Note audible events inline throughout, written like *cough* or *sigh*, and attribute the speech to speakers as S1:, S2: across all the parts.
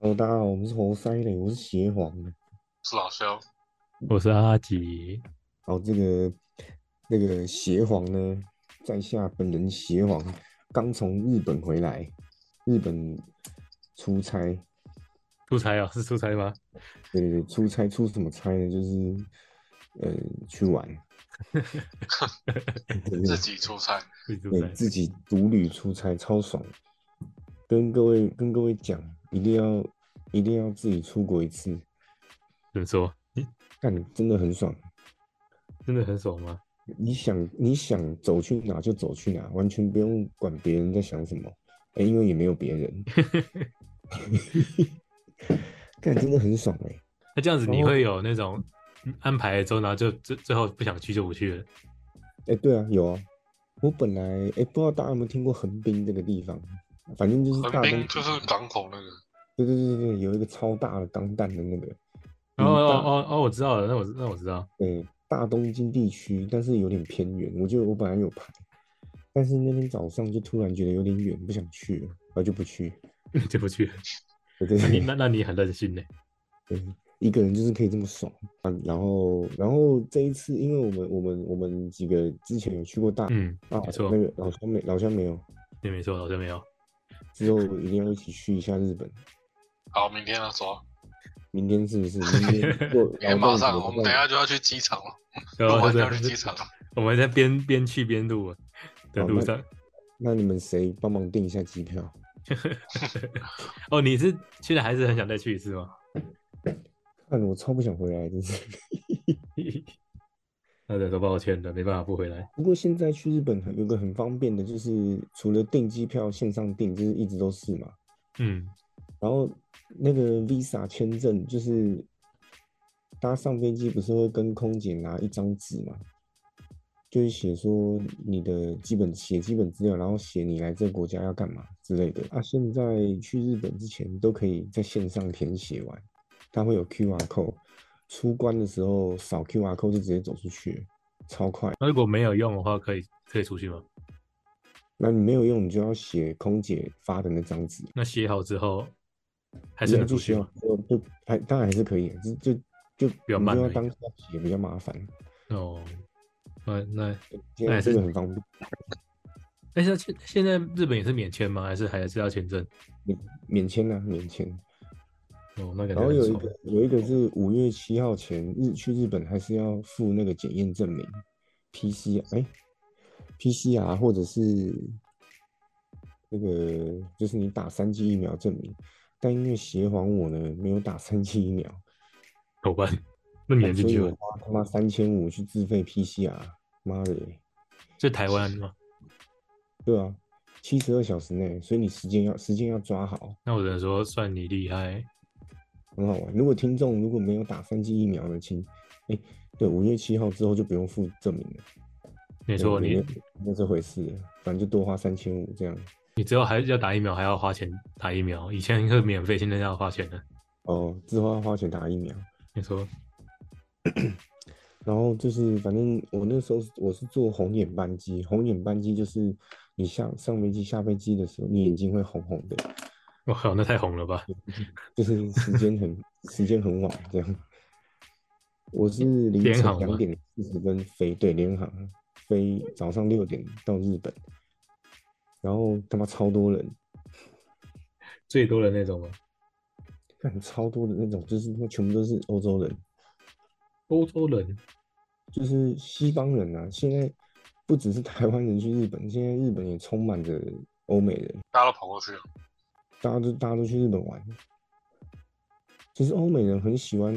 S1: 哦大家好，我们是活塞雷，我是邪皇的。
S2: 是老肖，
S3: 我是阿吉，
S1: 好，这个那个邪皇呢，在下本人邪皇刚从日本回来，日本出差，
S3: 出差哦，是出差吗？
S1: 对对对，出差出什么差呢？就是呃去
S2: *laughs*
S1: 玩，对
S2: 自己出差，
S3: 自己出
S1: 对
S3: 差，
S1: 自己独旅出差超爽。跟各位跟各位讲，一定要一定要自己出国一次，
S3: 怎么说？你
S1: 干真的很爽。
S3: 真的很爽吗？
S1: 你想你想走去哪就走去哪，完全不用管别人在想什么，哎、因为也没有别
S3: *laughs*
S1: 人，干真的很爽哎、
S3: 那这样子你
S1: 哦
S3: 会有那种安排了之后，然后就最最后不想去就不去了。
S1: 哎、对啊，有啊，我本来哎、不知道大家有没有听过横滨这个地方，反正就是
S2: 横
S1: 嗯大
S2: 滨
S1: 东，
S2: 就是港口那个，
S1: 对对对对，有一个超大的钢弹的那个，
S3: 哦
S1: 嗯
S3: 哦
S1: 大
S3: 哦哦，我知道了，那我那我知道， *laughs*
S1: 对，嗯大东京地区，但是有点偏远。我觉得我本来有排，但是那天早上就突然觉得有点远，不想去了，然后就不去。
S3: 就不去了。
S1: 对对
S3: 那你
S1: 对，
S3: *laughs* 那那你很任性呢。
S1: 一个人就是可以这么爽啊。然后，然后这一次，因为我们我们我们几个之前有去过大
S3: 嗯，
S1: 大
S3: 没错
S1: 那个老乡没老乡没有，
S3: 你没错，好像没
S2: *laughs*
S3: 有。
S1: 之后一定要一起去一下日本。
S2: 好，明天了，走啊，
S1: 明天是不是？明
S3: *laughs*
S1: 天过
S2: 明天
S1: 劳
S2: 哎马
S1: 动节
S2: 上，我们等一下就要去机场了，
S1: 啊
S3: 然
S2: 我
S3: 后
S2: 们
S3: 就
S2: 要去
S3: 是
S2: 机场了，
S3: 哦我们在边边去边录的
S1: 好
S3: 路
S1: 那
S3: 上。
S1: 那你们谁帮忙订一下机票？
S3: 哦，你是现在还是很想再去一次吗？
S1: 看我超不想回来，真是。
S3: 那人都把我圈了，没办法不回来。
S1: *laughs* 不过现在去日本很有一个很方便的，就是除了订机票线上订，就是一直都是嘛。
S3: 嗯，
S1: 然后那个 Visa 签证，就是搭上飞机不是会跟空姐拿一张纸嘛，就是写说你的基本写基本资料，然后写你来这个国家要干嘛之类的。啊，现在去日本之前都可以在线上填写完，它会有 QR code，出关的时候扫 QR code 就直接走出去了，超快。
S3: 那如果没有用的话，可以可以出去吗？
S1: 那你没有用，你就要写空姐发的那张纸，
S3: 那写好之后
S1: 还
S3: 还是能
S1: 不
S3: 出去
S1: 需要
S3: 吗？，
S1: 就就还当然还是可以，就就就
S3: 比较
S1: 你
S3: 慢
S1: 就要
S3: 而已
S1: 当下写比较麻烦，
S3: 哦，那那
S1: 现
S3: 那
S1: 在
S3: 也
S1: 这
S3: 是
S1: 个很方便。
S3: 但是现现在日本也是免签吗？还是还是要签证？
S1: 免签啊，免签。
S3: 哦，那感觉
S1: 然后
S3: 很
S1: 有一
S3: 爽
S1: 个有一个是五月七号前日去日本还是要付那个检验证明，PC 哎、PCR 或者是那个就是你打三剂疫苗证明，但因为邪皇我呢没有打三剂疫苗，
S3: 好吧，那你能进
S1: 所以
S3: 去
S1: 我
S3: 吗？
S1: 花他妈三千五去自费 PCR，妈的，
S3: 就台湾吗？
S1: 对啊，七十二小时内，所以你时间要时间要抓好，
S3: 那我只能说算你厉害。
S1: 很好玩。如果听众如果没有打三剂疫苗的，请，哎、对，五月七号之后就不用付证明了，
S3: 没
S1: 没
S3: 错，你
S1: 没这回事了，反正就多花三千五这样。
S3: 你之后还要打疫苗，还要花钱打疫苗。以前是免费，现在要花钱的。
S1: 哦，之后要花钱打疫苗，
S3: 没错，
S1: 然后就是反正我那时候是我是坐红眼班机，红眼班机就是你下上飞机下飞机的时候，你眼睛会红红的，
S3: 我靠，那太红了
S1: 嗯
S3: 吧？
S1: 就是时间很时间很晚这样。我是凌
S3: 联
S1: 晨
S3: 航
S1: 两
S3: 吗
S1: 点四十分飞，对，联航飞早上六点到日本，然后他妈超多人，
S3: 最多的那种吗？
S1: 看超多的那种，就是他妈全部都是欧洲人，
S3: 欧洲人
S1: 就是西方人啊。现在不只是台湾人去日本，现在日本也充满着欧美人，
S2: 大家都跑过去了，
S1: 大家都大家都去日本玩。就是欧美人很喜欢，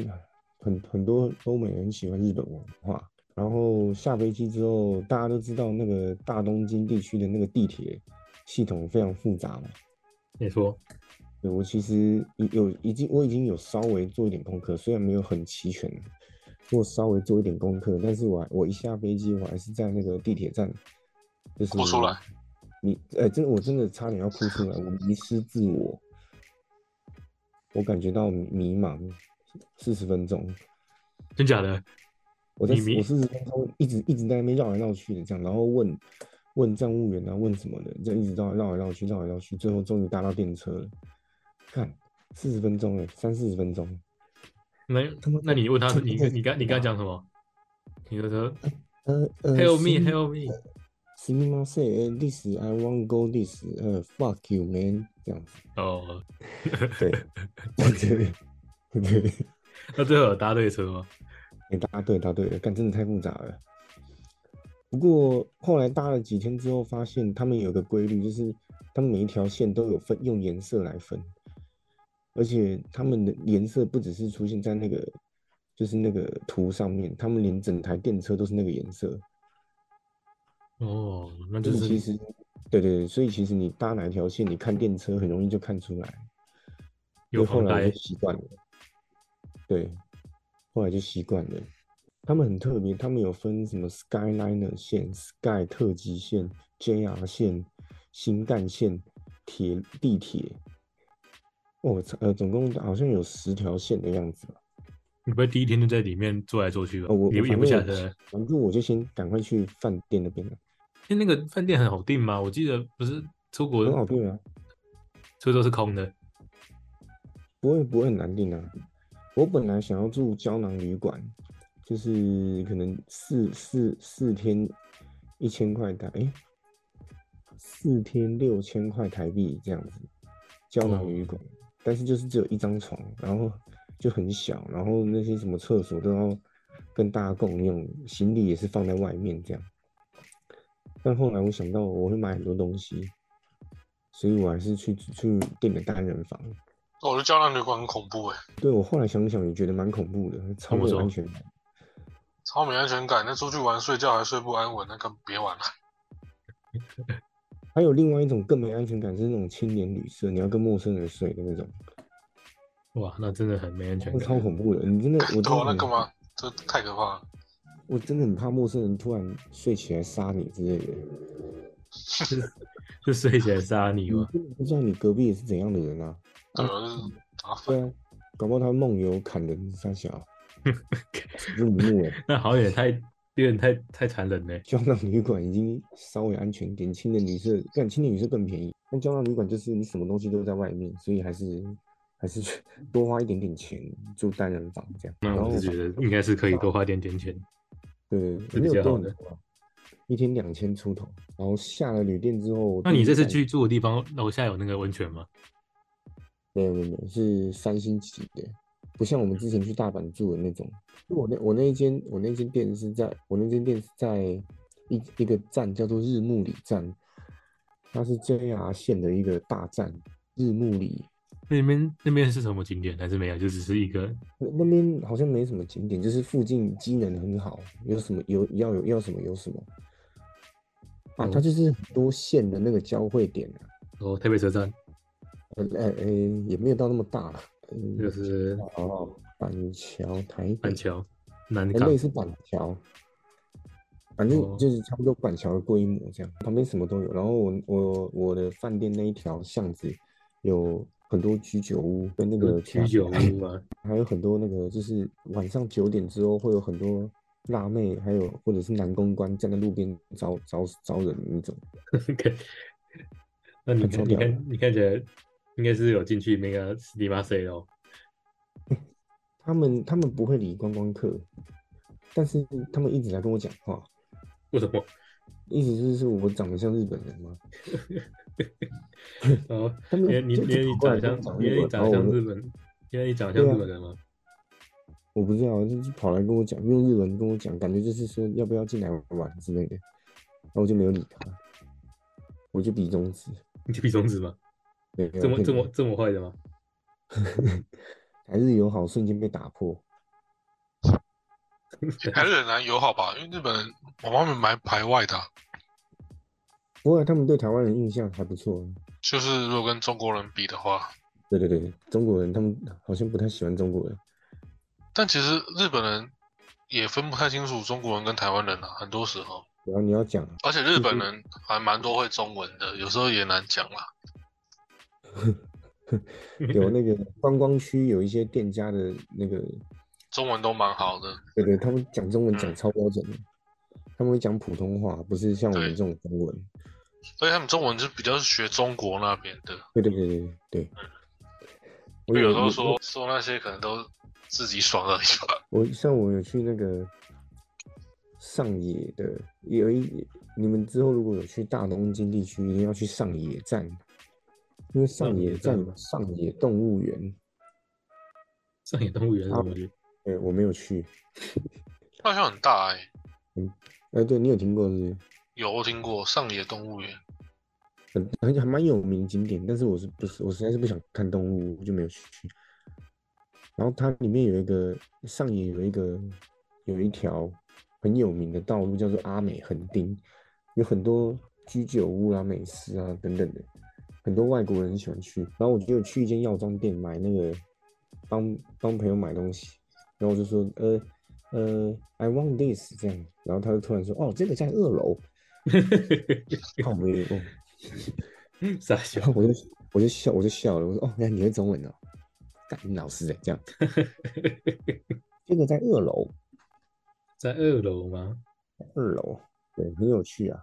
S1: 很很多欧美人喜欢日本文化。然后下飞机之后，大家都知道那个大东京地区的那个地铁系统非常复杂嘛。
S3: 没错，
S1: 对我其实已有已经我已经有稍微做一点功课，虽然没有很齐全，我稍微做一点功课，但是我还我一下飞机，我还是在那个地铁站，就是
S2: 哭出来。
S1: 你哎、真的我真的差点要哭出来，我迷失自我，我感觉到迷迷茫。四十分钟，
S3: 真假的？
S1: 我在
S3: 你迷
S1: 我四十分钟一直一直在那边绕来绕去的这样，然后问问站务员啊，问什么的，这样一直绕来绕来绕去，绕来绕去，最后终于搭到电车了。看，四十分钟哎，三四十分钟。
S3: 那
S1: 他们
S3: 那你问他，
S1: 真的
S3: 你
S1: 在
S3: 你刚你刚
S1: 打
S3: 讲什么？你就说
S1: 呃呃
S3: Help me,
S1: see-
S3: help me。
S1: s i m a say eh, this, I want go this, 呃、fuck you man，这
S3: *laughs*
S1: 样子，
S3: 哦，
S1: 对，对对 *laughs* 对对，
S3: 那最后有搭对车吗？
S1: 你哎答对答对了，干真的太复杂了。不过后来搭了几天之后，发现他们有个规律，就是他们每一条线都有分用颜色来分，而且他们的颜色不只是出现在那个就是那个图上面，他们连整台电车都是那个颜色。
S3: 哦，那
S1: 就
S3: 就是
S1: 其
S3: 是
S1: 实，对对对，所以其实你搭哪一条线，你看电车很容易就看出来。
S3: 有
S1: 所以后
S3: 房
S1: 来
S3: 贷
S1: 就习惯了，对，后来就习惯了。他们很特别，他们有分什么 Skyliner 线、Sky 特急线、JR 线、新干线、铁地铁。哦，我操呃，总共好像有十条线的样子吧。
S3: 你不会第一天就在里面坐来坐去吧
S1: 哦，我？
S3: 也
S1: 我
S3: 也
S1: 反
S3: 不
S1: 正
S3: 下
S1: 我
S3: 车。
S1: 反正我就先赶快去饭店那边了，
S3: 哎，那个饭店很好订吗？我记得不是出国
S1: 很好订啊。
S3: 车都是空的。
S1: 不会不会很难订啊。我本来想要住胶囊旅馆，就是可能四四四天一千块台，诶四天六千块台币这样子，胶囊旅馆。但是就是只有一张床，然后就很小，然后那些什么厕所都要跟大家共用，行李也是放在外面这样。但后来我想到我会买很多东西，所以我还是去去订了单人房。
S2: 那哦我觉得胶囊旅馆很恐怖哎、
S1: 对我后来想想也觉得蛮恐怖的，超没有
S3: 说
S1: 安全感。
S2: 超没安全感。那出去玩睡觉还睡不安稳，那更别玩了。
S1: 还有另外一种更没安全感是那种青年旅社，你要跟陌生人睡的那种，
S3: 哇，那真的很没安全
S1: 那超
S3: 感。
S1: 恐怖的。你
S2: *coughs*
S1: 真的，我真
S2: *laughs* 对啊，
S1: 的
S2: 那
S1: 很
S2: 干嘛？这太可怕了。
S1: 我真的很怕陌生人突然睡起来杀你之类的。
S3: 就睡起来杀你
S1: 你
S2: 啊
S3: 吗？
S1: 根本不知道你隔壁是怎样的人啊？
S2: 对啊，就是麻烦。
S1: 对啊，搞不好他梦游砍人三
S2: *laughs*
S1: 小，入不入哎？
S3: *laughs* 那好像也太有点太太残忍了。欸
S1: 胶囊旅馆已经稍微安全点，青年旅社，但青年旅社更便宜。但胶囊旅馆就是你什么东西都在外面，所以还是还是 *laughs* 去多花一点点钱住单人房这样。
S3: 那
S1: 然
S3: 我
S1: 后
S3: 是觉得应该是可以多花点点钱。
S1: 对，
S3: 是
S1: 没
S3: 比
S1: 有
S3: 较
S1: 多
S3: 好
S1: 很
S3: 的
S1: 多啊，一天两千出头。然后下了旅店之后，
S3: 那你这
S1: 第
S3: 次
S1: 一站
S3: 去住的地方楼下有那个温泉吗？
S1: 没有没有没有是三星级的，不像我们之前去大阪住的那种。因为我那我那一间我那间店是在我那间店是在一一个站叫做日暮里站，它是 JR 线的一个大站，日暮里。
S3: 那边那边是什么景点？还是没有？就只是一个
S1: 那那边好像没什么景点，就是附近机能很好，有什么有要有要什么有什么啊，它
S3: 哦
S1: 就是很多线的那个交汇点啊，
S3: 哦，台北车站，
S1: 呃呃呃，也没有到那么大啦，嗯，
S3: 就是
S1: 哦，板桥台北
S3: 板，桥、南
S1: 哎
S3: 港
S1: 类。似板桥，反正
S3: 哦
S1: 就是差不多板桥的规模这样，旁边什么都有。然后我我我的饭店那一条巷子有很多居酒屋跟那个
S3: 居酒
S1: 咖啡
S3: 屋啊，
S1: 还有很多那个，就是晚上九点之后会有很多辣妹，还有或者是男公关站在路边招招招人的那种。
S3: *laughs* OK，那你
S1: 很
S3: 看
S1: 重
S3: 你
S1: 要的
S3: 看你看起来应该是有进去那个斯蒂马塞咯。
S1: 他们他们不会理观光客，但是他们一直来跟我讲话，
S3: 为什么？
S1: 意思就是我长得像日本人吗？
S3: 然后
S1: 他
S3: 因
S1: 们
S3: 为你
S1: 就
S3: 因为你
S1: 跑过来
S3: 长得
S1: 跟我讲
S3: 像因为
S1: 日
S3: 你
S1: 文
S3: 长
S1: 然
S3: 得
S1: 后
S3: 像
S1: 我
S3: 日
S1: 就
S3: 本，因为你长得像
S1: 对啊
S3: 日本人嘛。
S1: 我不知道，就是跑来跟我讲用日文跟我讲，感觉就是说要不要进来玩之类的，然后我就没有理他，我就比中指，
S3: 你就比中指吗？
S1: 对，没有
S3: 这么
S1: 骗
S3: 这
S1: 你
S3: 么这么坏的吗？ *laughs*
S1: 台日友好瞬间被打破。
S2: 还是很难友好吧？因为日本人往外面蛮排外的啊、
S1: 不过他们对台湾人印象还不错。啊
S2: 就是如果跟中国人比的话，
S1: 对对对，中国人他们好像不太喜欢中国人。
S2: 但其实日本人也分不太清楚中国人跟台湾人啊，很多时候，
S1: 然后你要讲，
S2: 而且日
S1: 嗯
S2: 本人还蛮多会中文的，有时候也难讲啦。
S1: 有那个观光区有一些店家的那个，
S2: 中文都蛮好的，
S1: 对对，他们讲中文
S2: 嗯
S1: 讲超标准的，他们会讲普通话，不是像我们
S2: 对
S1: 这种中文。
S2: 所以他们中文就比较是学中国那边的。
S1: 对对对对对。我
S2: 有时
S1: 我
S2: 候说说那些可能都自己爽而已吧。
S1: 我像我有去那个上野的，有一你们之后如果有去大东京地区，一定要去上野站，因为上
S3: 上野
S1: 野站
S3: 站
S1: 有上野动物园，
S3: 上野动物园是什么园？
S1: 哎、我没有去，
S2: 那好像很大哎、
S1: 哎、对你有听过是不是？
S2: 有我听过上野动物园，
S1: 很很 *laughs* 还蛮有名的景点，但是我是不是我实在是不想看动物，我就没有去。然后它里面有一个上野有一个有一条很有名的道路叫做阿美横丁，有很多居酒屋啊、美食啊等等的，很多外国人喜欢去。然后我就有去一间药妆店买那个帮帮朋友买东西，然后我就说呃呃 I want this 这样，然后他就突然说哦这个在二楼，看我没有。哦
S3: 傻笑
S1: 然，后我就我就笑，我就笑了，我说哦，原来你会中文哦，干你老师哎，这样。这个在二楼，
S3: 在二楼吗？
S1: 二楼，对，很有趣啊。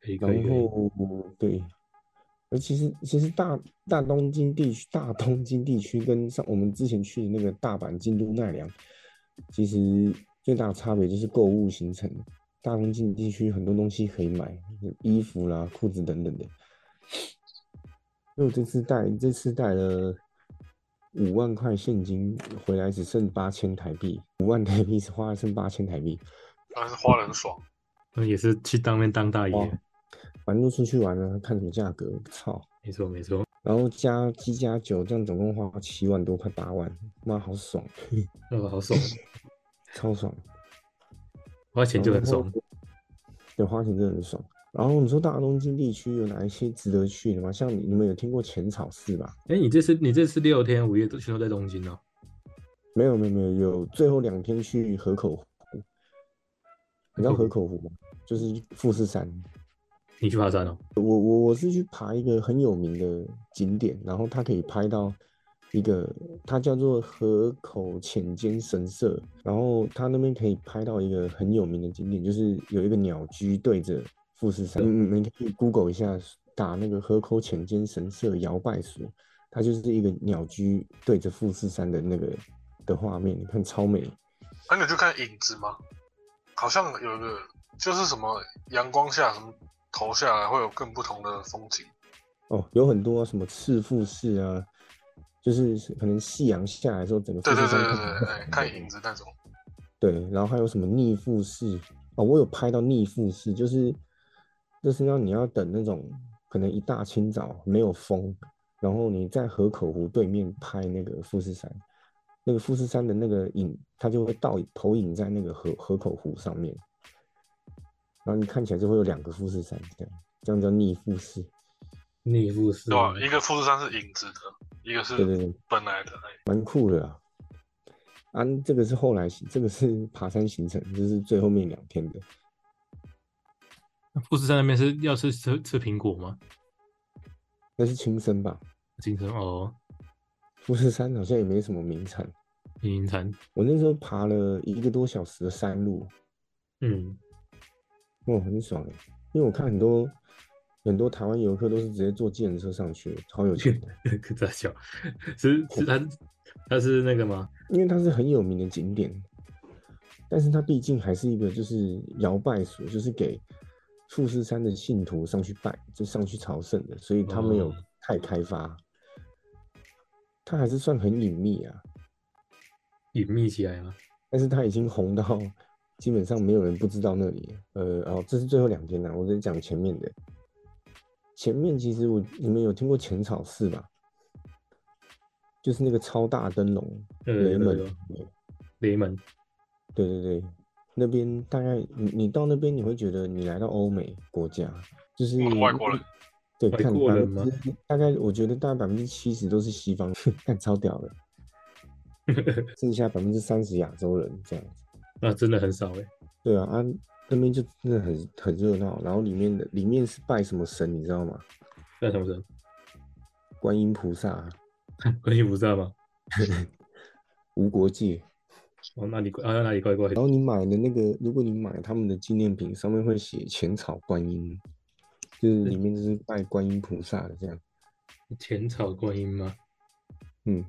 S3: 可以可以
S1: 然
S3: 可以，
S1: 后对，而其实其实大大东京地区，大东京地区跟上我们之前去的那个大阪、京都、奈良，其实最大的差别就是购物行程。大东京地区很多东西可以买，衣服啦、裤子等等的。因为我这次带这次带了五万块现金回来，只剩八千台币，五万台币是花了剩八千台币。
S2: 但是花人爽。
S3: 那也是去当面当大
S1: 哦
S3: 爷，
S1: 反正都出去玩了，看什么价格，操！
S3: 没错没错。
S1: 然后加七加九，这样总共花七万多，快八万，妈好爽，
S3: 那哦个好爽，
S1: 超爽，
S3: 花钱就很爽。
S1: 对，花钱真的很爽。然后你说大东京地区有哪一些值得去的吗？像你你们有听过浅草寺吧？
S3: 哎，你这次你这次六天五夜都全都在东京哦，
S1: 没有没有没有，有最后两天去河口湖，你知道河
S3: 河
S1: 口湖吗？就是富士山。
S3: 你去爬山哦？
S1: 我我我是去爬一个很有名的景点，然后它可以拍到一个，它叫做河口浅间神社，然后它那边可以拍到一个很有名的景点，就是有一个鸟居对着富士山。嗯嗯，你可以 Google 一下，打那个河口浅间神社摇拜所，它就是一个鸟居对着富士山的那个的画面，你看超美。
S2: 那、你有去看影子吗？好像有一个就是什么阳光下什么投下啊来会有更不同的风景。
S1: 哦，有很多什么赤富士啊，就是可能夕阳下来之后，整个富
S2: 对对
S1: 士
S2: 对
S1: 山
S2: 对
S1: 看起来
S2: 对，
S1: 会
S2: 哎
S1: 很，
S2: 看
S1: 美
S2: 影子那种。
S1: 对，然后还有什么逆富士哦，我有拍到逆富士，就是就是要你要等那种可能一大清早没有风，然后你在河口湖对面拍那个富士山，那个富士山的那个影，它就会倒投影在那个河河口湖上面，然后你看起来就会有两个富士山这样，这样叫逆富士。
S3: 内部是
S2: 对吧？一个富士山是影子的，一个是
S1: 嗯对对对
S2: 本来的。哎
S1: 蛮酷的啊。啊，这个是后来行，这个是爬山行程，就是最后面两天的。
S3: 富士山那边是要吃吃吃苹果吗？
S1: 那是青森吧？
S3: 金城哦，
S1: 富士山好像也没什么名产。
S3: 银银山，
S1: 我那时候爬了一个多小时的山路，
S3: 嗯， *laughs*
S1: 哇，很爽欸因为我看很多很多台湾游客都是直接坐计程车上去，超有钱的。
S3: 可在笑， *laughs* 是是他他是那个吗？
S1: 因为它是很有名的景点，但是它毕竟还是一个就是摇拜所，就是给富士山的信徒上去拜，就上去朝圣的，所以它没有
S3: 哦
S1: 太开发，它还是算很隐秘啊。
S3: 隐秘起来吗？
S1: 但是它已经红到基本上没有人不知道那里。呃，哦，这是最后两天啦，我在讲前面的。前面其实我你们有听过浅草寺吧？就是那个超大灯笼，
S3: 呃，
S1: 雷
S3: 那
S1: 门
S3: 个雷门，
S1: 对对对，那边大概你你到那边你会觉得你来到欧美国家，就是
S2: 我的外国人，
S1: 对，
S3: 外
S1: 看
S3: 国
S1: 百
S3: 人
S1: 分
S3: 吗
S1: 之大概我觉得大概百分之七十都是西方， *laughs* 看超屌
S3: *laughs*
S1: 的，剩下百分之三十亚洲人这样子。
S3: 那真的很少哎。
S1: 对啊，啊那边就真的很很热闹，然后里面的里面是拜什么神你知道吗？
S3: 那什么神？
S1: 观音菩萨、
S3: 观音菩萨吗？
S1: 无国界。
S3: 哦，那里啊，那里怪怪的
S1: 然。后你买的那个，如果你买他们的纪念品，上面会写浅草观音，就是里面就是拜观音菩萨的这样。
S3: 浅草观音吗？
S1: 嗯，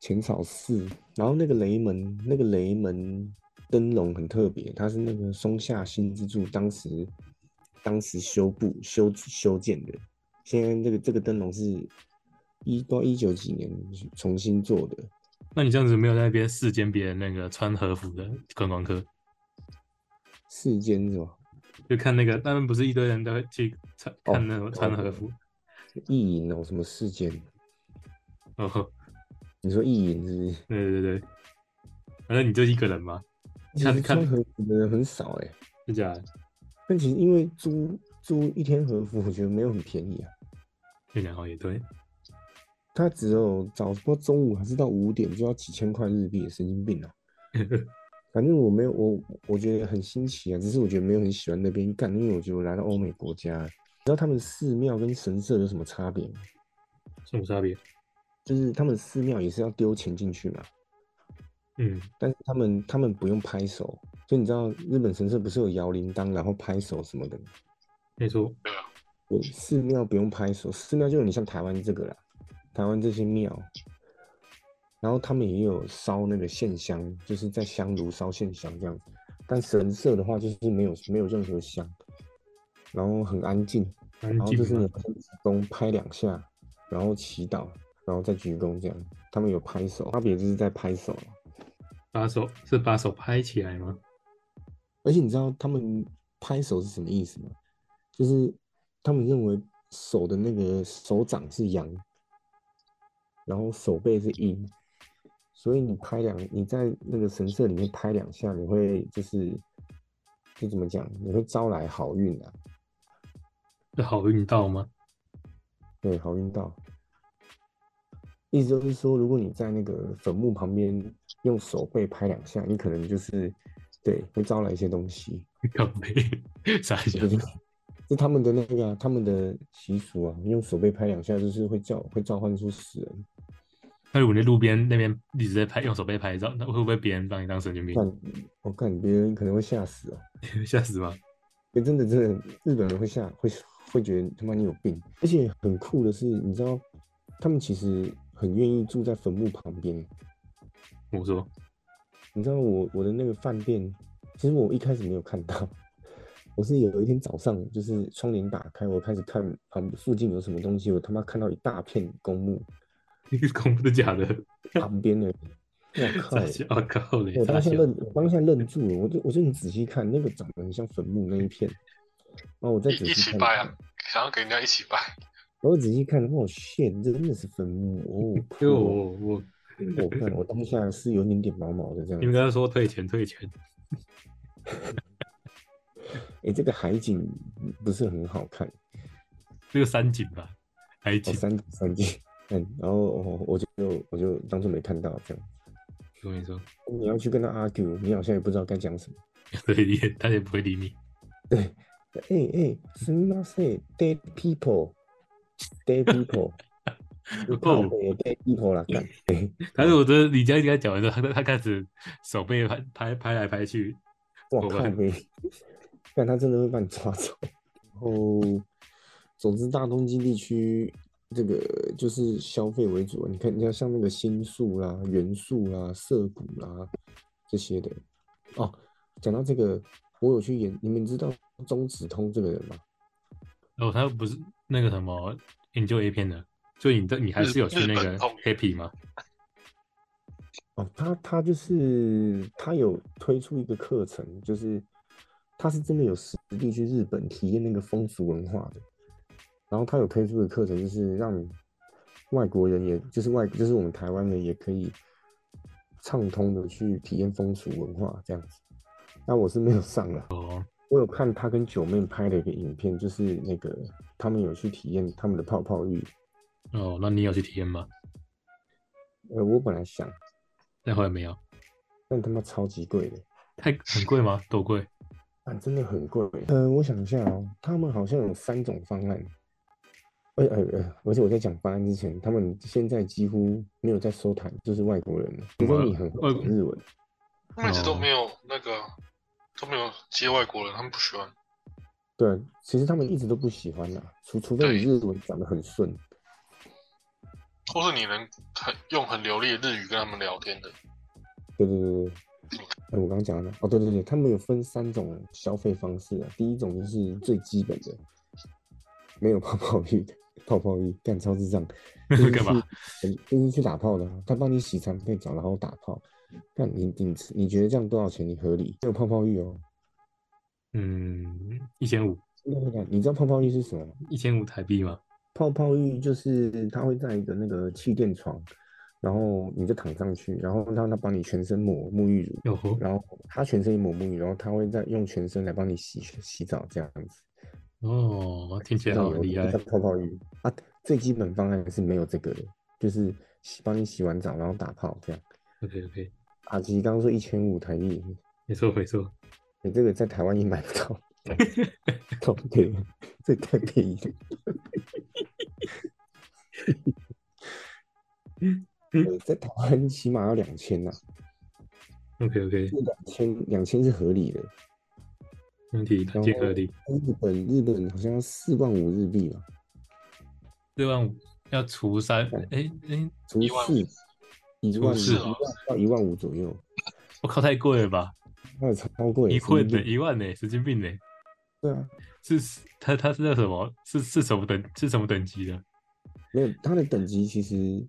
S1: 浅草寺，然后那个雷门，那个雷门灯笼很特别，它是那个松下新之助当时当时修补修修建的，现在这个这个灯笼是一不知道一九几年重新做的，
S3: 那你这样子没有在那边视奸别人那个穿和服的观光客，
S1: 世间是吧？
S3: 就看那个他们不是一堆人都会去穿
S1: 哦
S3: 看那种穿
S1: 哦
S3: 和服，
S1: 意淫哦，什么世间？
S3: 哦，
S1: 你说意淫是不是？
S3: 对对对，反正你就一个人嘛，
S1: 其
S3: 看
S1: 实
S3: 看
S1: 穿和服的人很少哎、
S3: 是假的，
S1: 但其实因为租租一天和服，我觉得没有很便宜啊。
S3: 这讲好也对，
S1: 它只有早不知道中午还是到五点就要几千块日币，神经病啊！反正我没有我我觉得很新奇啊，只是我觉得没有很喜欢那边干，因为我觉得我来到欧美国家，你知道他们寺庙跟神社有什么差别吗？
S3: 什么差别？
S1: 就是他们寺庙也是要丢钱进去嘛，
S3: 嗯，
S1: 但是他们他们不用拍手，所以你知道日本神社不是有摇铃铛然后拍手什么的吗，
S3: 没错，
S2: 对啊，
S1: 我寺庙不用拍手，寺庙就有点像台湾这个啦，台湾这些庙，然后他们也有烧那个线香，就是在香炉烧线香这样子。但神社的话就是没有没有任何香，然后很安静，
S3: 安
S1: 然后
S3: 静
S1: 就是你
S3: 嘛，
S1: 鞠躬拍两下，然后祈祷，然后再鞠躬这样。他们有拍手，差别就是在拍手啊。
S3: 把手是把手拍起来吗？
S1: 而且你知道他们拍手是什么意思吗？就是他们认为手的那个手掌是阳，然后手背是阴，所以你拍两，你在那个神社里面拍两下，你会就是就怎么讲，你会招来好运啊，
S3: 是好运到吗？ *laughs*
S1: 对，好运到。意思就是说，如果你在那个坟墓旁边用手背拍两下，你可能就是对会招来一些东西。
S3: 靠背， *laughs* 傻笑
S1: 对，对 *laughs* 是他们的那个、啊、他们的习俗啊，用手背拍两下，就是会叫会召唤出死人。
S3: 那如果你在路边那边一直在拍，用手被拍照，那会不会别人把你当神经病？
S1: 看，我看别人可能会吓死哦、
S3: *laughs* 吓死吗？
S1: 欸真的真的，日本人会吓，会会觉得他妈你有病。而且很酷的是，你知道，他们其实很愿意住在坟墓旁边。
S3: 我说， *laughs*
S1: 你知道我我的那个饭店，其实我一开始没有看到， *laughs* 我是有一天早上就是窗帘打开，我开始看旁附近有什么东西，我他妈看到一大片公墓
S3: 那个恐怖的假的，
S1: 旁边的，我靠！
S3: 傻笑，啊靠嘞，
S1: 我
S3: 傻
S1: 当下
S3: 笑，
S1: 愣，我当下愣住了，我就我就很仔细看，那个长得很像坟墓那一片，然后我再
S2: 一
S1: 仔
S2: 一
S1: 细
S2: 起
S1: 看，
S2: 拜啊，想要给人家一起拜，
S1: 我又仔细看，哇，shit，这真的是坟墓哦，
S3: 因为
S1: 我
S3: 我我
S1: 哦我看我当下是有点点毛毛的这样
S3: 你们
S1: 子，
S3: 刚刚说退钱退钱，
S1: 哎，这个海景不是很好看，
S3: 这个三井吧，海
S1: 哦，
S3: 景，
S1: 三景三景，嗯，然后我我就我就当做没看到这样，
S3: 我跟你说， *laughs*
S1: 你要去跟他 argue，你好像也不知道该讲什么，
S3: 对，你也他也不会理你，
S1: 对，哎哎，什么是 dead people，dead *laughs* people。你靠
S3: 哦
S1: 北 dead people 啦，干，
S3: 但是我觉得李佳应该讲完之后，他他开始手被拍拍拍来拍去，
S1: 哇
S3: 我
S1: 靠
S3: 看
S1: 北，但他真的会把你抓走。然后，哦总之大东京地区这个就是消费为主，你看，你看像那个新宿啦、元素啦、涩谷啦这些的。哦，讲到这个，我有去研，你们知道中子通这个人吗？
S3: 然后哦他不是那个什么研究 A 片的，所以你的你还是有去那
S2: 日
S3: 个
S2: 本痛
S3: Happy 吗？
S1: 哦，他他就是他有推出一个课程，就是他是真的有实地去日本体验那个风俗文化的。然后他有推出的课程就是让外国人也，就是外就是我们台湾人也可以畅通的去体验风俗文化这样子。那我是没有上了，
S3: 哦，
S1: 我有看他跟九妹拍的一个影片，就是那个他们有去体验他们的泡泡浴。
S3: 哦，那你有去体验吗？
S1: 呃，我本来想，
S3: 但后来没有，
S1: 但他妈超级贵的。
S3: 太很贵吗？多贵？
S1: 啊，真的很贵。嗯，我想一下哦，他们好像有三种方案。而且，呃呃而且我在讲方案之前，他们现在几乎没有在收台，就是外国人了。除非你很会
S3: 外
S1: 讲日文，
S2: 他们一直
S3: 哦
S2: 都没有那个都没有接外国人，他们不喜欢。
S1: 对，其实他们一直都不喜欢啦，除除非你日文讲的很顺。
S2: 或是你能很用很流利的日语跟他们聊天的。
S1: 对对对对，哎，我刚刚讲的哦，对对对，他们有分三种消费方式啊。第一种就是最基本的，没有泡泡浴的泡泡浴，干超智
S3: *laughs*
S1: 障，就是去
S3: 干嘛？
S1: 嗯就是去打炮的、啊，他帮你洗残配角，然后打炮。那你你你觉得这样多少钱？你合理？没有泡泡浴哦，
S3: 嗯，一千五，
S1: 真的会干你知道泡泡浴是什么吗？
S3: 一千五台币吗？
S1: 泡泡浴就是它会在一个那个气垫床，然后你就躺上去，然后让它帮你全身抹沐浴乳，
S3: 有哦
S1: 然后它全身也抹沐浴，然后它会再用全身来帮你洗洗澡这样子。
S3: 哦，听起来好
S1: 有
S3: 厉害
S1: 叫。泡泡浴啊，最基本方案是没有这个的，就是洗帮你洗完澡然后打泡这样。
S3: OK OK，
S1: 阿吉刚刚说一千五台币，
S3: 没错没错，
S1: 你这个在台湾也买不
S3: *laughs*
S1: 到，靠北， *laughs* 这太便宜了。呃在台湾起码要两千呐，
S3: OK OK，
S1: 两千两千是合理的。
S3: 问题
S1: 然
S3: 很结合
S1: 后
S3: 理，
S1: 日本日本好像四万五日币吧，
S3: 六万五要除三，哎哎，
S1: 除
S2: 一万五
S1: 四一
S3: 除
S1: 万
S3: 四
S1: 一
S2: 哦
S1: 万到一万五左右，
S3: 我靠，太贵了吧？
S1: 那超贵。
S3: 一
S1: 块
S3: 困呢，一万呢，神经病呢？
S1: 对啊，
S3: 是他他是那什么？是是什么等是什么等级的？
S1: 没有，它的等级其实，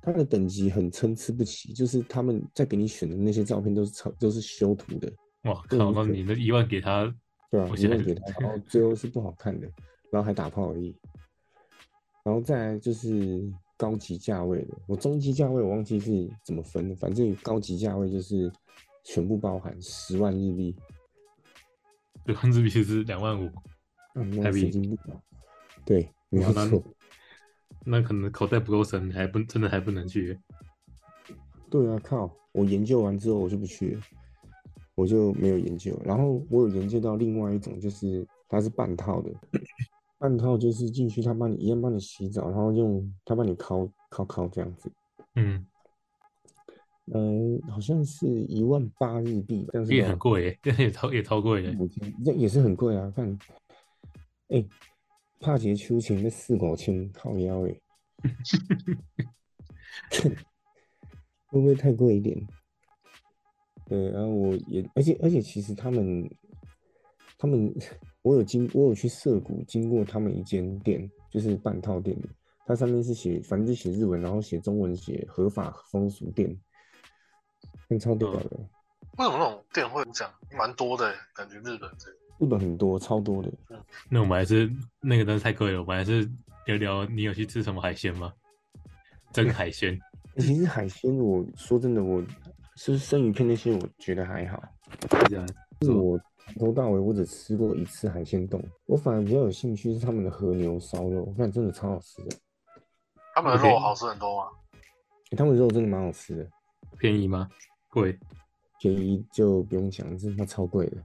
S1: 它的等级很参差不齐，就是他们在给你选的那些照片都是超都是修图的，
S3: 哇
S1: 对
S3: 靠！
S1: 我
S3: 那
S1: 觉得
S3: 你那一万给他，
S1: 对啊，
S3: 我
S1: 一
S3: 现在
S1: 万给他，然后最后是不好看的，然后还打炮而已。然后再来就是高级价位的，我中级价位我忘记是怎么分的，反正高级价位就是全部包含十万日币，
S3: 对，换日币是两万五，
S1: 嗯，那
S3: 台币
S1: 神经病啊对，没有
S3: 哇那
S1: 错，
S3: 那可能口袋不够深，还不真的还不能去。
S1: 对啊，靠！我研究完之后我就不去了，我就没有研究。然后我有研究到另外一种，就是它是半套的，半套就是进去他帮你一样帮你洗澡，然后用他帮你敲敲敲这样子。
S3: 嗯，
S1: 嗯，好像是一万八日币吧，但是
S3: 也很贵耶， *laughs* 这也超也超贵耶。
S1: 五千，这也是很贵啊。看，哎、帕杰秋千那四五千，靠腰哎、 *laughs* 会不会太贵一点？对，然后我也，而且而且，其实他们，他们，我有经，我有去涩谷经过他们一间店，就是半套店，它上面是写，反正就写日文，然后写中文，写合法风俗店，那超屌的，
S2: 为什么那种店会讲蛮多的、感觉日本这个
S1: 日本很多，超多的。
S3: 那我们还是那个真的太贵了，我们还是聊聊你有去吃什么海鲜吗？蒸海 *laughs* 鲜，
S1: 其实海鲜，我说真的，我是生鱼片那些，我觉得还好。
S3: 这样
S1: 是我从头到尾我只吃过一次海鲜冻，我反而比较有兴趣是他们的和牛烧肉，那真的超好吃的，
S2: 他们的
S3: OK
S2: 肉好吃很多吗？
S1: 欸他们肉真的蛮好吃的，
S3: 便宜吗？贵，
S1: 便宜就不用讲，真的超贵的。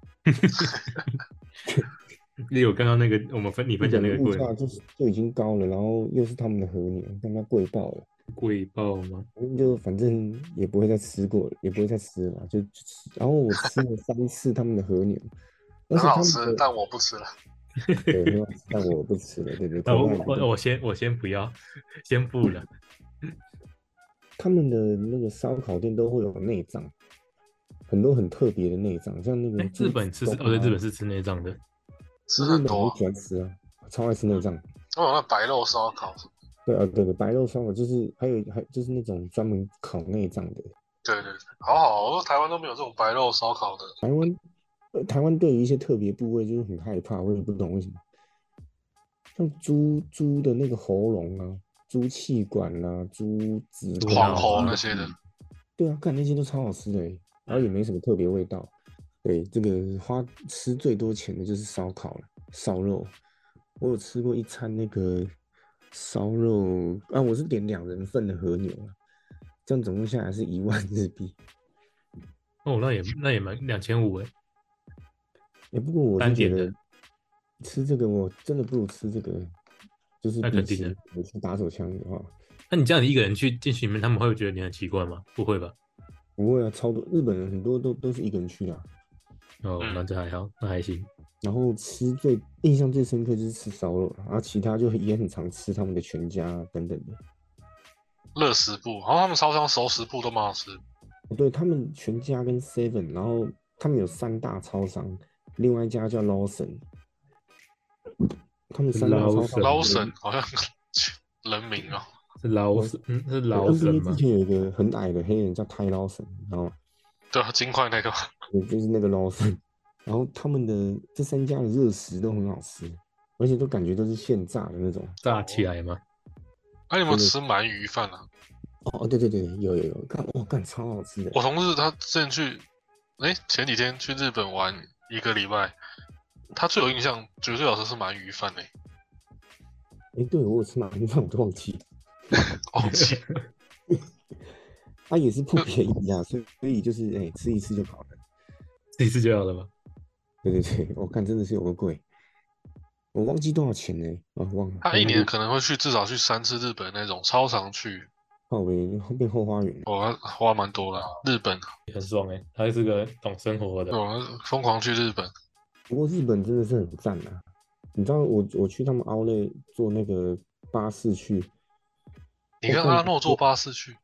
S3: 也有刚刚那个我们分你分享那个
S1: 物
S3: 贵
S1: 价就是就已经高了，然后又是他们的和牛，让它贵爆了。
S3: 贵爆吗？
S1: 就反正也不会再吃过了，也不会再吃了嘛，就就吃。然后我吃了三次他们的和牛，而
S2: 很
S1: 且他
S2: 好
S1: 们
S2: 吃，
S1: 的
S2: 但我不吃了。
S1: 对，很好吃但我不吃了，对对。
S3: 啊那
S1: 口
S3: 我
S1: 味不
S3: 我我先我先不要，先不了。
S1: 他们的那个烧烤店都会有内脏，很多很特别的内脏，像那个
S3: 哎，
S1: 猪
S3: 日本吃
S1: 肘
S3: 哦，对，
S1: 啊
S3: 日本是吃内脏的，
S2: 吃
S1: 日
S2: 很
S1: 本
S2: 多、啊
S1: 很，喜欢吃啊，超爱吃内脏。
S2: 那种那白肉烧烤，
S1: 对啊，对对，白肉烧烤就是还有还就是那种专门烤内脏的。
S2: 对对对，好好，我说台湾都没有这种白肉烧烤的，
S1: 台湾、呃台湾对于一些特别部位就是很害怕，我也不懂为什么。像猪猪的那个喉咙啊，猪气管啊，猪子
S3: 猪
S1: 宫
S3: 脑
S1: 啊
S2: 黄喉那些的。
S1: 对啊，看那些都超好吃的欸、然后也没什么特别味道。对，这个花吃最多钱的就是烧烤了，烧肉。我有吃过一餐那个烧肉啊，我是点两人份的和牛啊，这样总共下来是一万日币。
S3: 哦，那也那也蛮两千五哎，
S1: 哎、不过我
S3: 单
S1: 是觉
S3: 点
S1: 得
S3: 的
S1: 吃这个我真的不如吃这个，就是
S3: 那
S1: 比
S3: 肯定
S1: 起
S3: 的
S1: 我去打手枪的话，
S3: 那你这样子一个人去进去里面，他们会觉得你很奇怪吗？不会吧？
S1: 不会啊，超多日本人很多都都是一个人去的啊、
S3: 哦，
S2: 嗯
S3: 那这还好，那还行。
S1: 然后吃最印象最深刻就是吃烧肉，然后其他就也很常吃他们的全家等等的。
S2: 乐食部，然后他们超商熟食部都蛮好吃。
S1: 哦，对他们全家跟 Seven，然后他们有三大超商，另外一家叫 Lawson，他们三大超商
S3: Lawson 对
S2: 捞神好像 *laughs* 人名哦，
S3: 是劳神，嗯，是劳神
S1: NBA
S3: 吗
S1: 之？前有一个很矮的黑人叫 Ty Lawson，然后
S2: 对啊，金块那个，
S1: 就是那个 Lawson，然后他们的这三家的热食都很好吃，而且都感觉都是现炸的那种。
S3: 炸起来
S1: *laughs*
S3: 吗？
S2: 哎、你有没有
S1: 真的
S2: 吃鳗鱼饭啊？
S1: 哦哦，对对对，有有有，看哇，干超好吃的。
S2: 我同事他之前去，哎、前几天去日本玩一个礼拜，他最有印象，绝对老师是鳗鱼饭哎、
S1: 哎，对我有吃鳗鱼饭，我都忘记了。
S3: 哦
S2: 忘记
S1: 它也是不便宜啊，所以所以就是哎、吃一次就好了。
S3: 自己吃就好了吧？
S1: 对对对，我看真的是有个贵，我忘记多少钱呢、啊，忘了。
S2: 他一年可能会去至少去三次日本那种，超常去，
S1: 靠北后面后花园，
S2: 我、花蛮多的啊。日本，
S3: 很爽哎、他是个懂生活的
S1: 哦
S2: 对，，我疯狂去日本，
S1: 不过日本真的是很赞啊！你知道我我去他们奥莱坐那个巴士去，
S2: 你跟阿诺坐巴士去。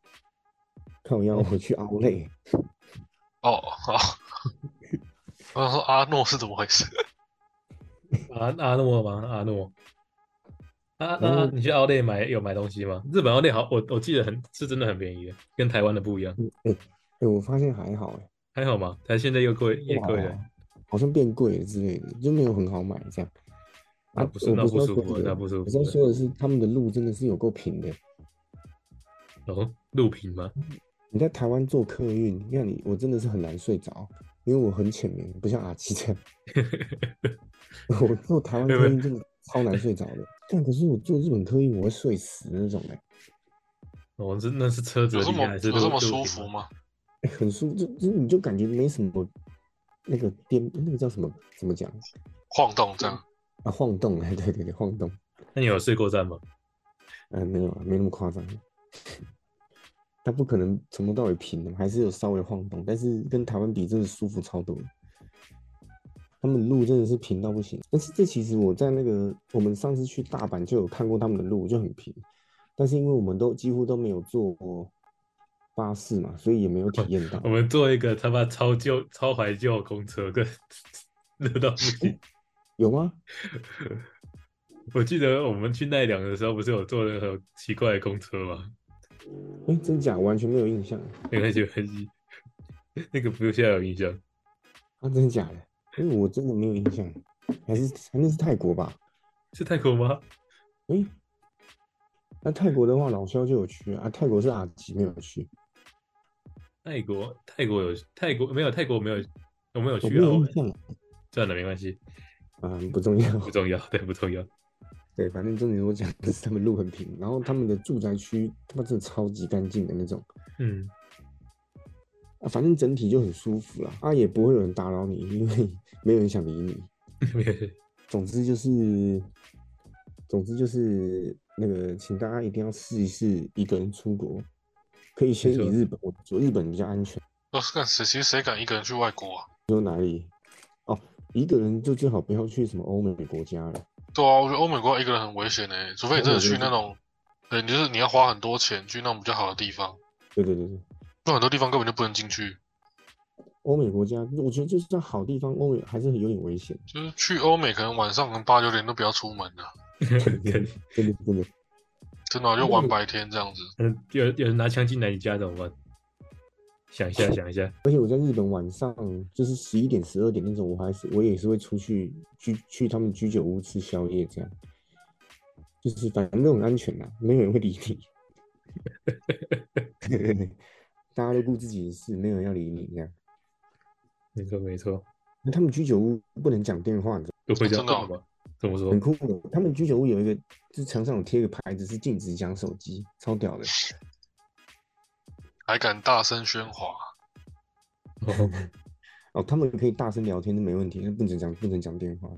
S1: 看我要我去奥莱，
S2: 哦哦，我想说阿诺是怎么回事？
S3: 阿阿诺吗？阿诺，阿
S1: 然后
S3: 阿，你去奥莱买有买东西吗？日本奥莱好，我我记得很是真的很便宜的，跟台湾的不一样，
S1: *laughs* 哎、我发现还好哎、
S3: 还好吗？但现在又贵也贵了，
S1: 好像变贵了之类的，就没有很好买这样。
S3: 那
S1: 啊，
S3: 不是
S1: 我
S3: 那
S1: 不
S3: 不
S1: 是
S3: 舒
S1: 要说
S3: 服
S1: 这个
S3: 那不舒
S1: 我
S3: 服
S1: 是要说的是他们的路真的是有够平的。
S3: 哦，录屏吗？
S1: 你在台湾坐客运，那你我真的是很难睡着，因为我很浅眠，不像阿七这样。我坐台湾客运真的超难睡着的，但可是我坐日本客运我会睡死那种哎、
S3: 哦，是那是车子
S2: 有
S3: 的
S2: 这
S3: 厉
S2: 么
S3: 害，还是
S2: 有
S3: 录
S2: 这么
S3: 录
S2: 舒
S3: 屏
S2: 服
S3: 吗？
S2: 吗？
S1: 欸很舒服，就就你就感觉没什么那个颠，那个叫什么怎么讲
S2: 晃动这样，
S1: 啊？晃动哎，对对对，晃动，
S3: 那你有睡过站吗？
S1: 呃，没有啊，没那么夸张。它不可能从头到尾平的，还是有稍微晃动，但是跟台湾比，真的舒服超多。他们路真的是平到不行，但是这其实我在那个我们上次去大阪就有看过他们的路，就很平。但是因为我们都几乎都没有坐过巴士嘛，所以也没有体验到
S3: 我。们坐一个他妈超旧、超怀旧的公车，跟 *laughs* 热到不行。
S1: 有吗？
S3: 我记得我们去奈良的时候，不是有坐那个奇怪的公车吗？
S1: 哎、真假完全没有印象。
S3: 没关系，没关系，那个不用现在有印象。
S1: 啊，真的假的？因为我真的没有印象，还是那是泰国吧？
S3: 是泰国吗？
S1: 诶、那泰国的话，老肖就有去啊，泰国是阿吉没有去，
S3: 泰国，泰国有泰国没有？泰国没有，我没有去
S1: 我没
S3: 啊。
S1: 有
S3: 我
S1: 印象
S3: 算了，没关系，
S1: 啊，不重要。 *laughs*
S3: 不重要，对，不重要。
S1: 对，反正重点我讲的是他们路很平，然后他们的住宅区他妈真的超级干净的那种
S3: 嗯，
S1: 啊，反正整体就很舒服啦，啊，也不会有人打扰你，因为 *laughs* 没有人想理你。
S3: *laughs* 没有事
S1: 总之就是，总之就是那个，请大家一定要试一试一个人出国，可以先
S3: 没
S1: 以
S3: 错
S1: 日本，我觉得日本比较安全。
S2: 我哦是看谁，其实谁敢一个人去外国啊？
S1: 哦，一个人就最好不要去什么欧美国家了。
S2: 对啊，我觉得欧美国家一个人很危险诶、除非你真的去那种，对，你就是你要花很多钱去那种比较好的地方，
S1: 对对对对，
S2: 有很多地方根本就不能进去。
S1: 欧美国家，我觉得就是在好地方，欧美还是有点危险。
S2: 就是去欧美，可能晚上可能八九点都不要出门了、
S3: 感觉
S1: 真的真的，
S2: 真的、就玩白天这样子。
S3: 嗯，有有人拿枪进来你家怎么办？想一下，想一下。
S1: 而且我在日本晚上就是十一点、十二点那种，我还是我也是会出去居去他们居酒屋吃宵夜这样，就是反正都很安全啦，没有人会理你， *laughs* 大家都顾自己的事，没有人要理你这样。
S3: 没错，没错，
S1: 那他们居酒屋不能讲电话，你知道
S3: 都会
S2: 哦
S3: 这样
S2: 真的哦
S3: 干吗？怎么说
S1: 很？酷的。他们居酒屋有一个，就是墙上有贴一个牌子是禁止讲手机，超屌的。
S2: 还敢大声喧哗，
S3: 哦
S1: 哦，他们可以大声聊天都没问题，但不准讲不能讲电话。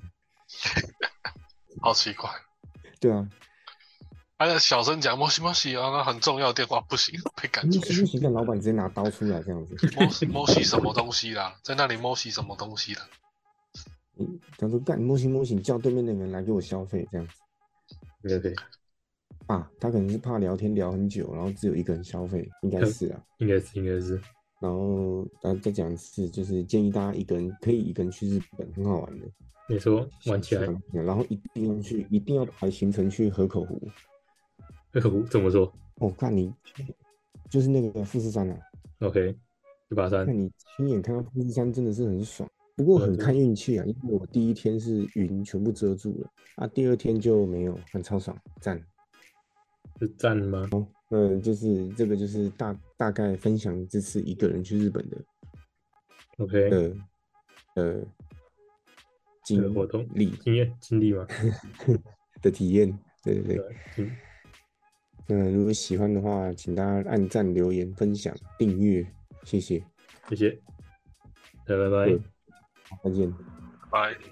S2: 好奇怪。
S1: 对啊，
S2: 还有小声讲摩西摩西啊，那很重要的电话不行，被赶
S1: 你
S2: 出
S1: 是不
S2: *laughs* 去。
S1: 是让老板直接拿刀出来这样
S3: *laughs*
S1: 子？
S2: 摩西摩西什么东西啦？在那里摩西什么东 *laughs* 西啦？
S1: 嗯，他说干摸西摸西，你叫对面的人来给我消费这样子。
S3: *laughs* 对对对，
S1: 啊，他可能是怕聊天聊很久，然后只有一个人消费，应该
S3: 嗯
S1: 是啊。
S3: 应该是应该是，
S1: 然后啊，再讲一次，就是建议大家一个人可以一个人去日本，很好玩的，
S3: 你说玩起来
S1: 是，很好玩的然后一定要去，一定要排行程去河口湖。
S3: 那个 *laughs* 怎么说
S1: 我、哦、看你就是那个富士山啊，
S3: ？OK，一八三
S1: 那，你亲眼看到富士山真的是很爽，不过
S3: 对
S1: 很
S3: 对
S1: 看运气啊，因为我第一天是云全部遮住了，啊，第二天就没有，很超爽，赞。
S3: 是赞吗？
S1: 嗯，就是这个就是大大概分享这次一个人去日本的
S3: OK，
S1: 的呃经
S3: 活动
S1: 历
S3: 经验经历嘛，
S1: 的体验，对对对。
S3: 对，经
S1: 那如果喜欢的话，请大家按赞、留言、分享、订阅，谢谢，
S3: 谢谢，拜拜拜
S1: 对。再见。
S2: 拜。